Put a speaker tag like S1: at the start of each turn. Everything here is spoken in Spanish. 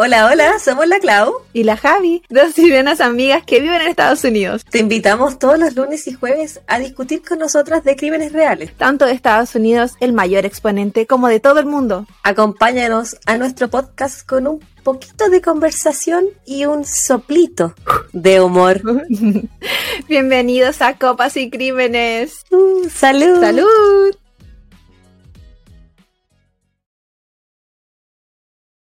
S1: Hola, hola, somos la Clau
S2: y la Javi, dos sirenas amigas que viven en Estados Unidos.
S1: Te invitamos todos los lunes y jueves a discutir con nosotras de crímenes reales.
S2: Tanto de Estados Unidos, el mayor exponente, como de todo el mundo.
S1: Acompáñanos a nuestro podcast con un poquito de conversación y un soplito de humor.
S2: Bienvenidos a Copas y Crímenes.
S1: Uh, salud.
S2: Salud.